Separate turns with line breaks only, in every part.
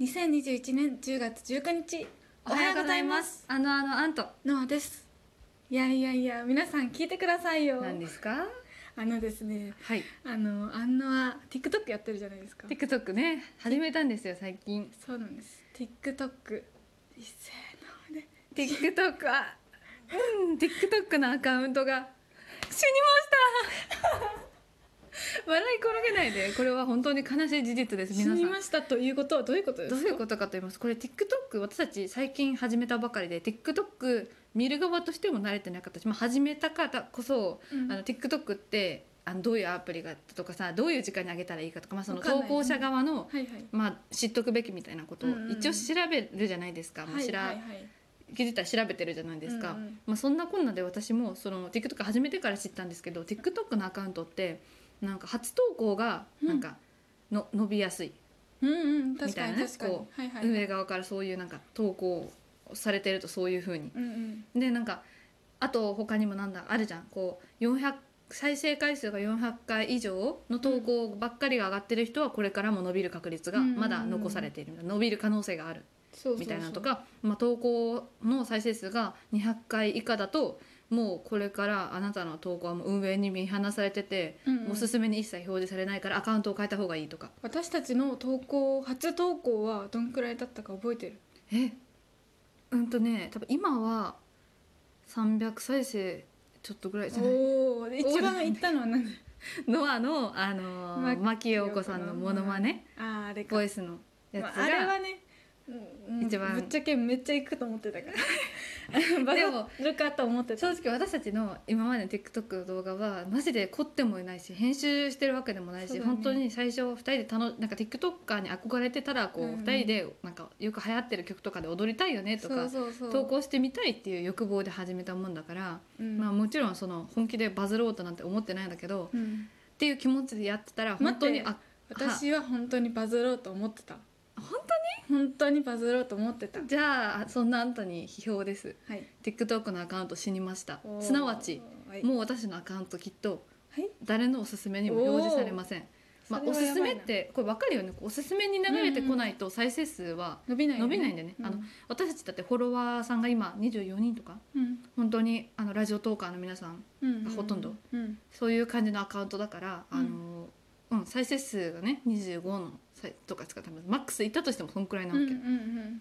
2021年10月19日お
お
は
は
よう
よう
ご
ご
ざ
ざ
い
い
ま
ますす。あのあのあんと。
ノアですいやいやいや皆さん聞いてくださいよ
なんですか。
あのですね
はい。
あのあんのは TikTok やってるじゃないですか
TikTok ね始めたんですよ最近。
そうなんです TikTok 一斉のね
TikTok あうん TikTok のアカウントが死にました。 笑い転げないでこれは本当に悲しい事実です
死
皆さ
に
ん。
ましたということはどういうことです
ど
か
ういうことかと言いますこれ TikTok 私たち最近始めたばかりで TikTok 見る側としても慣れてなかったし、まあ、始めたからこそ、
うん
あの TikTok ってあのどういうアプリがあったとかさどういう時間に上げたらいいかとか、まあ、その
わかん
投
ない
稿者側の、
はいはい
まあ、知っとくべきみたいなことを
うんうんうん
一応調べるじゃないですか、もう知ら、
はいはいはい
気づいたら調べてるじゃないですか、
うんうん
まあ、そんなこんなで私もその TikTok 始めてから知ったんですけど TikTok のアカウントってなんか初投稿がなんかの、伸びやすい
うんうん確かに
みたいなね
確かに
こ
はいはいはい
運営側からそういうなんか投稿されてるとそういう風に
うんうん
でなんかあと他にもなんだあるじゃんこう400再生回数が400回以上の投稿ばっかりが上がってる人はこれからも伸びる確率が
うんうんうん
まだ残されている伸びる可能性がある
そうそうそう
みたいなのとかまあ、投稿の再生数が200回以下だともうこれからあなたの投稿はもう運営に見放されてて、
うんうん
おすすめに一切表示されないからアカウントを変えた方がいいとか
私たちの投稿初投稿はどんくらいだったか覚えてる
えうんとね多分今は300再生ちょっとぐらいじゃない
おおーで一番行ったのは何
ノアの、あのー、
牧
牧
陽
陽
子
子さんのモノマネ
あーあれか
ボイスのや
ま
つが、
あ、あれはね、うんうん
一番
ぶっちゃけめっちゃ行くと思ってたから バズるかと思ってた
正直私たちの今までの TikTok の動画はマジで凝ってもいないし編集してるわけでもないし、
そうだね
本当に最初2人で楽なんか TikToker に憧れてたらこう、
うんうん
2人でなんかよく流行ってる曲とかで踊りたいよねとか
そうそうそう
投稿してみたいっていう欲望で始めたもんだから、
うん
まあ、もちろんその本気でバズろうとなんて思ってないんだけど、
うん
っていう気持ちでやってたら本当に
待っ
あ
私は本当にバズろうと思ってた
本
本当にバズろうと思ってた
当にじゃあそんなあんたに批評です
はい
TikTok のアカウント死にましたすなわち
おーはい
もう私のアカウントきっと
はい
誰のおすすめにも表示されませんまあ、
それ
お
はや
す
ばいな
すめってこれ分かるよねこうおすすめに流れてこないと再生数は
伸びない
伸びないんだよね、
うん
あの私たちだってフォロワーさんが今24人とか
うん
本当にあのラジオトーカーの皆さん
うん
ほとんど
うん
そういう感じのアカウントだから、
うん
あのうん、再生数がね25のさいとかしか多分マックスいったとしてもそんくらいな
うん
わ
う
け、
ん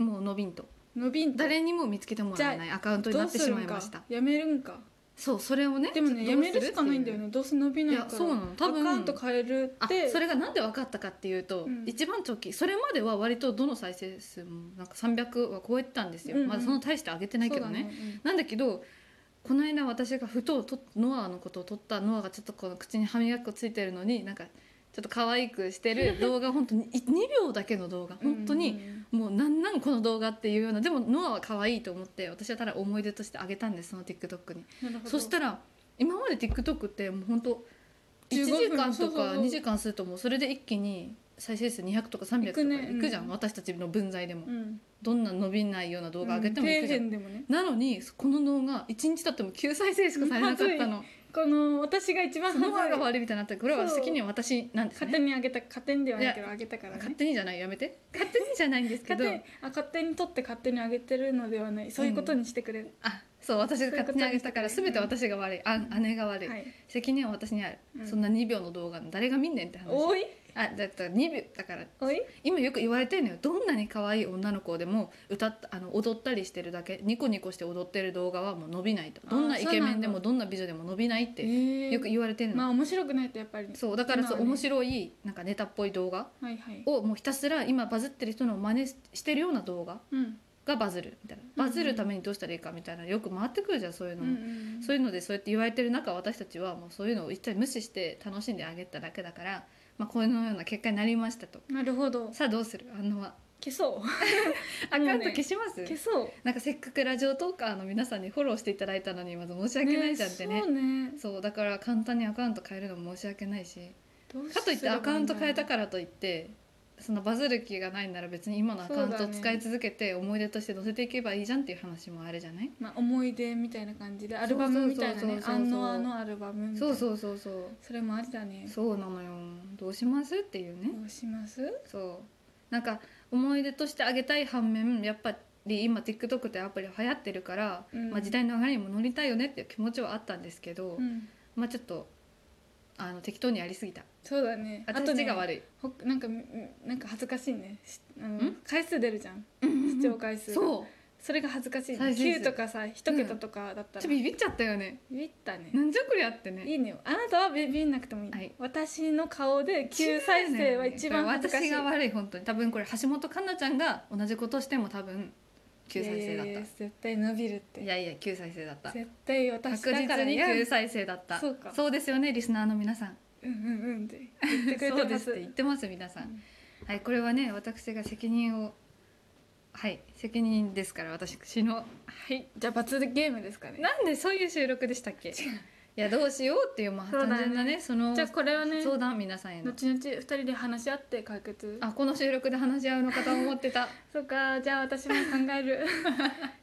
うん
もう伸びんと
伸びんと
誰にも見つけてもらえないアカウントに
ど
な
う
って
す
し
る
ま
ん
い
か
ました
やめるんか
そうそれをね
でも
ちょっ
ね
と
や
どう
めるしかないんだよねどうせ伸びないから
いやそうなの多分
アカウント変えるっ
するっていう
て
あそれがなんで分かったかっていうと、
うん
一番直近それまでは割とどの再生数もなんか300は超えてたんですよ、
うんうん
まだその大して上げてないけどね
そうだうん
なんだけどこの間私がふととノアのことを撮ったノアがちょっとこの口に歯磨き粉ついてるのになんかちょっと可愛くして る動画本当に2秒だけの動画本当
うん
に
うん
もうなんなんこの動画っていうようなでもノアは可愛いと思って私はただ思い出としてあげたんですその TikTok に
なるほど
そしたら今まで TikTok ってもう本当1時間
そう
と
そう
か
そう
2時間するともうそれで一気に再生数200とか300とか
いくね
いくじゃん、
うん
私たちの分際でも、
うん
どんな伸びないような動画上げてもいくじゃ
う、
ん
ん底辺でもね
なのにこの動画1日経っても9再生しかされなかったの
この私が一番
その方が
勝
悪いみたいになってこれは私的には私なんです
手
ね
にあげた勝手にではないけどあげたから
勝
ね
手にじゃないやめて勝手にじゃないんですけ
勝
ど
手にあ勝手に取って勝手にあげてるのではないそういうことにしてくれる、
あそう私が勝手にあげたから
そうい
全
うこと
て私が悪いあ姉が悪い、
はい
責任は私にある、
うん
そんな2秒の動画の誰が見んねんって話
多い
あだったら2秒だから
多い
今よく言われてるのよどんなに可愛い女の子でも歌ったあの踊ったりしてるだけニコニコして踊ってる動画はもう伸びないと
あー
どんなイケメン
そうな
でも
ん
どんな美女でも伸びないって
よ
よく言われてるの、
まあ面白くないとやっぱり
そうだからそ
今は
う、
ね
面白いなんかネタっぽい動画
はいはい
をもうひたすら今バズってる人の真似してるような動画
うん
がバズるみたいなバズるためにどうしたらいいかみたいなよく回ってくるじゃんそうい
う
う
ん
の
う
も、
んうん
そういうのでそうやって言われてる中私たちはもうそういうのを一切無視して楽しんであげただけだから、まあ、このような結果になりましたと
なるほど
さあどうするあのは
消そう
アカウント消します、
消そう
なんかせっかくラジオトーカーの皆さんにフォローしていただいたのにまず申し訳ないじゃんってね
そうね
そうだから簡単にアカウント変えるのも申し訳ないし
どう
かといってアカウント変えた
ら
からといってそのバズる気がないなら別に今のアカウントを使い続けて思い出として載せていけばいいじゃんっていう話もあるじゃない
まあ思い出みたいな感じでアルバムみたいな
そう
ね
そうそうそう
あのあのアルバムみたい
そう
な
そうそうそう
それもありだね
そうなのよどうしますっていうね
どうします
そうなんか思い出としてあげたい反面やっぱり今 TikTok ってアプリ流行ってるから、
うん
まあ、時代の流れにも乗りたいよねっていう気持ちはあったんですけど、
うん、
まあちょっとあの適当にやりすぎた
そうだねあと
私
ね
が悪い、
ほなんかうんなんか恥ずかしいねしあの
ん
回数出るじゃん視聴回数
そう
それが恥ずかしい、ね、
再生数
9とかさ1桁とかだった
ち
ら、
ょっとビビっちゃったよね
ビビったね
なんじゃこりゃってね
いいねあなたはビビんなくてもいい、
はい
私の顔で9再生は一番恥ずかしい
私が悪い本当に多分これ橋本環奈ちゃんが同じことしても多分救再生だっ
いやいやいや
た
絶対伸びるって
いやいや救再生だった
絶対私
確
だから
実に
嫌
救再生だった
そうか
ですよねリスナーの皆さん
うんうんうんって言ってくれ
そ
て
うで
ますす
って言ってます皆さん、
うん
はいこれはね私が責任をはい責任ですから私の
はいじゃあ罰ゲームですかね
なんでそういう収録でしたっけいやどうしようっていうまあ
そうだ
単
ね
純なねその
じゃあこれはね
相
後
談皆さんへの
々2人で話し合って解決
あこの収録で話し合うのかと思ってた
そうかじゃあ私も考え る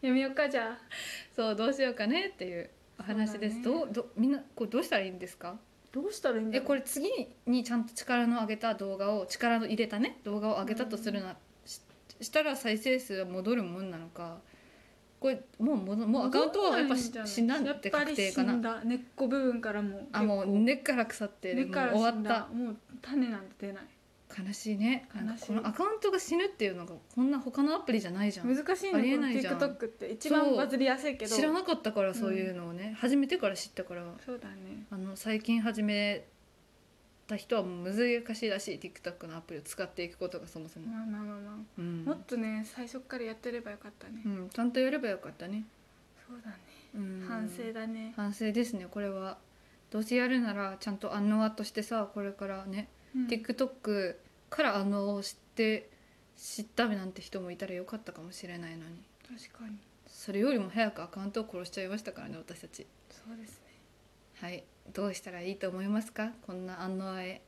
やめようかじゃあ
そうどうしようかねっていうお話です、
そうだ
どうどみんなこれどうしたらいいんですか
どうしたらいいんだ
え
ろう
これ次にちゃんと力の上げた動画を力の入れたね動画を上げたとするな、ししたら再生数は戻るもんなのかこれもうものもうアカウントはやっぱし死んだんって確定か
やっ
な
ぱり死んだ根っこ部分からも
あもう根っから腐って
根
も
っ
う
から
終
死
わ
ん
っ
だ
た
もう種なんて出ない
悲しいね
悲しい
なんかこのアカウントが死ぬっていうのがこんな他のアプリじゃないじゃん
難しい
あり
ね
え
この
ないじゃん
TikTok って一番
そう
バズりやすいけど
知らなかったからそういうのをね、初めてから知ったから
そうだね
あの最近始めた人はもう難しいらしい TikTok のアプリを使っていくことがそもそも、
まあまあまあまあ
うん
もっとね最初からやってればよかったね、
うん、ちゃんとやればよかったね、
そうだね
うん、
反省だね、
反省ですねこれはどうせやるならちゃんとアンノアとしてさこれからね、
うん
TikTok からアンノアを知って知ったなんて人もいたらよかったかもしれないのに
確かに
それよりも早くアカウントを殺しちゃいましたからね私たち
そうですね
はいどうしたらいいと思いますかこんなアンノアへ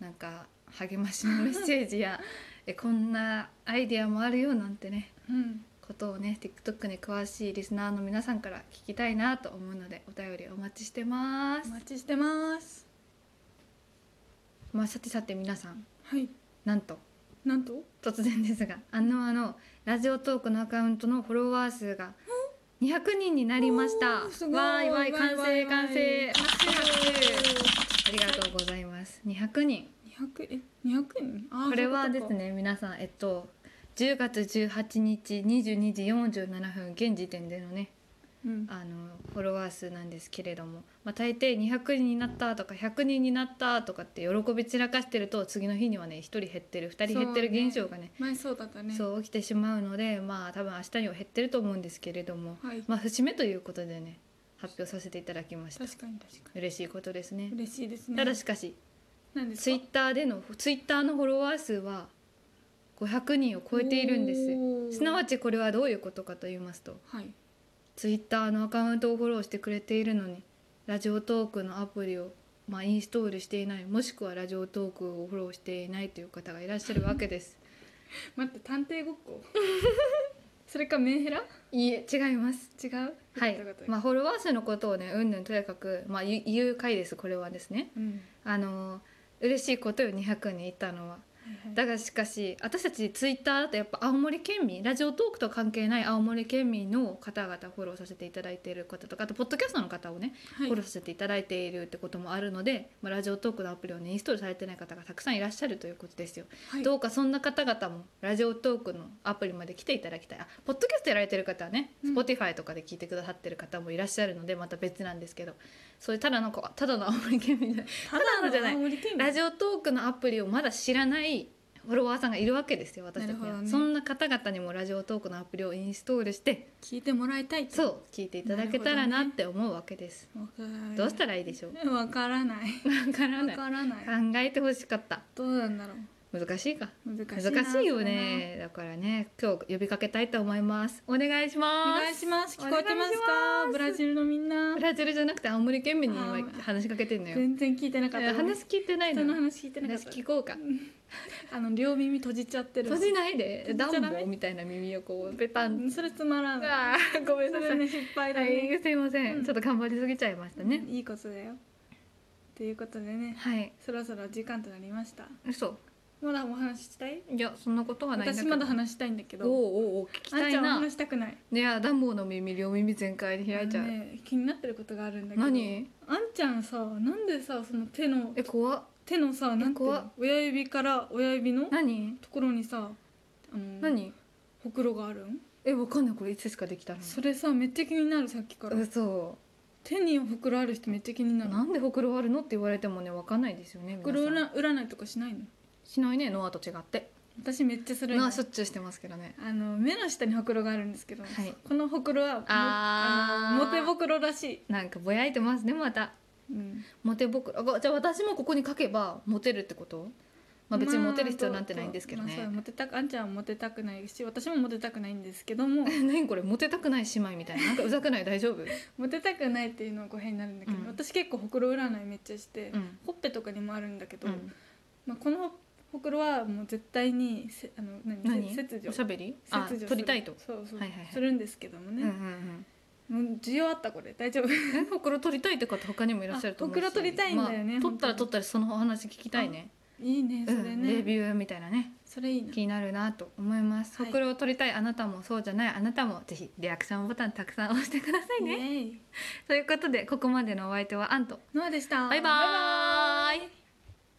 なんか励ましのメッセージや えこんなアイデアもあるよなんてね
うん
ことをね TikTok に詳しいリスナーの皆さんから聞きたいなと思うのでお便りお待ちしてま
お
す、
待ちしてます
まあ、さてさて皆さん
はい
なんと
なんと
突然ですがあのあのラジオトークのアカウントのフォロワー数が200人になりました
おーすごい
わーいわーい
わーい
完
わーい
成完成拍手拍手
200
ありがとうございます200人
え200人あー
これは
そう
で
いう
す
とか
ね皆さんえっと10月18日22時47分現時点でのね
うん
あのフォロワー数なんですけれども、まあ、大抵200人になったとか100人になったとかって喜び散らかしてると次の日にはね1人減ってる2人減ってる
そうね
現象がね
前そうだった
そう
ね
起きてしまうのでまあ多分明日には減ってると思うんですけれども、
はい
まあ、節目ということでね発表させていただきました
確かに確か
嬉しいことですね
に嬉しいですね
ただしかし
なんですか
ツイッターでのツイッターのフォロワー数は500人を超えているんです
おー
すなわちこれはどういうことかと言いますと
はい
ツイッターのアカウントをフォローしてくれているのにラジオトークのアプリを、まあ、インストールしていないもしくはラジオトークをフォローしていないという方がいらっしゃるわけです
待って探偵ごっこ それかメンヘラ
いいえ違います
違う
はい
よかった、よか
ま
っ
あ、フォロワー数のことをねうんぬんとやかく、まあ、言う言う回ですこれはですね
たうん
あのー嬉しいことよ200に言ったのは
はいはい
だがしかし私たちツイッターだとやっぱ青森県民ラジオトークと関係ない青森県民の方々フォローさせていただいている方とかあとポッドキャストの方をね
はい
フォローさせていただいているってこともあるので、まあ、ラジオトークのアプリをねインストールされてない方がたくさんいらっしゃるということですよ、
はい
どうかそんな方々もラジオトークのアプリまで来ていただきたいあポッドキャストやられてる方はね
うん
Spotify とかで聞いてくださってる方もいらっしゃるのでまた別なんですけどそういうただのこただの青森県民じゃない
た
だのじゃない
青森県民
ラジオトークのアプリをまだ知らないフォロワーさんがいるわけですよ私たちに
なるほ
は、
どね
そんな方々にもラジオトークのアプリをインストールして
聞いてもらいたい
そう聞いていただけたらなって思うわけです
うわからない
どうしたらいいでしょう
えわからない
わから
わ
ない
からない
考えてほしかった
どうなんだろう
難しいか
難しいな
難しいよねだからね今日呼びかけたいと思いますお願いし
そ
ま
れ
す
はお願いします聞こえてます
お願い
か
し
ブラジルのみんな
ブラジルじゃなくて青森県民に
あ
今
ー
話しかけてんのよ、
全然聞いてなかっ
え
た
ー話聞いてないの
人の話聞いてなかっ
話
た
聞こうか
あの両耳閉じちゃってる
閉じないでダ
閉じちゃダ
ン
メ
ボみたいな耳をこうペタ
う
ン
んそれつまらない
あーごめん
そ
なさ
れ
い、
ね失敗だ
は
ね
いすいません、
うん
ちょっと頑張りすぎちゃいましたね、
いいことだよということでね
はい
そろそろ時間となりました
嘘
まだお話ししたい
いやそんなことはないんだ
私
けど
まだ話したいんだけ
おう
ど
おうおう聞き
あ
た
んちゃんは
いな
話したくない
いやダンボーの耳両耳全開で開いちゃう、
あのね気になってることがあるんだけど
何
あんちゃんさなんでさその手の
え怖っ
手のさなんていう
怖っ
の親指から親指の
何
ところにさあの
何
ほくろがあるん
えわかんないこれいつしかできたの
それさめっちゃ気になるさっきから
嘘
手にほくろある人めっちゃ気になる
なんでほくろあるのって言われてもねわかんないですよね
ほくろ
皆さん
占占いとかしないの
しないねノアと違って
私めっちゃするん
ノ
だ
アしょっちゅうしてますけどね
あの目の下にほくろがあるんですけど、
はい
このほくろはも
あー
のモテぼくろらし
なんかぼやいてますねまた
い、うん
モテぼくろあじゃあ私もここに書けばモテるってことまあ別にモテる必要なんてないんですけど
まあそう
ね、
モテたくあんちゃんはモテたくないし私もモテたくないんですけども
何これモテたくない姉妹みたいななんかうざくない大丈夫、
モテたくないっていうのは語弊になるんだけど、
うん
私結構ほくろ占いめっちゃして、
うん
ほっぺとかにもあるんだけど、
うん、
まあ、このほくろはもう絶対にせあの何
何
切除
おしゃべりあ
切除する
取りたいと、
そうそう、
はいはいはい
するんですけども
うんうんう
ね、
ん
もう需要あったこれ大丈夫
えほくろ取りたいって方他にもいらっしゃると思うし
あほくろ取りたいんだよね
まあ取ったら
本当
取ったらそのお話聞きたいね
いいねそれね、
うん、レビューみたいなね
それいいな
気になるなと思います、
はい
ほくろを取りたいあなたもそうじゃないあなたもぜひリアクションボタンたくさん押してくださいね
イエイ
ということでここまでのお相手はアンと
ノアでした
バイバーイ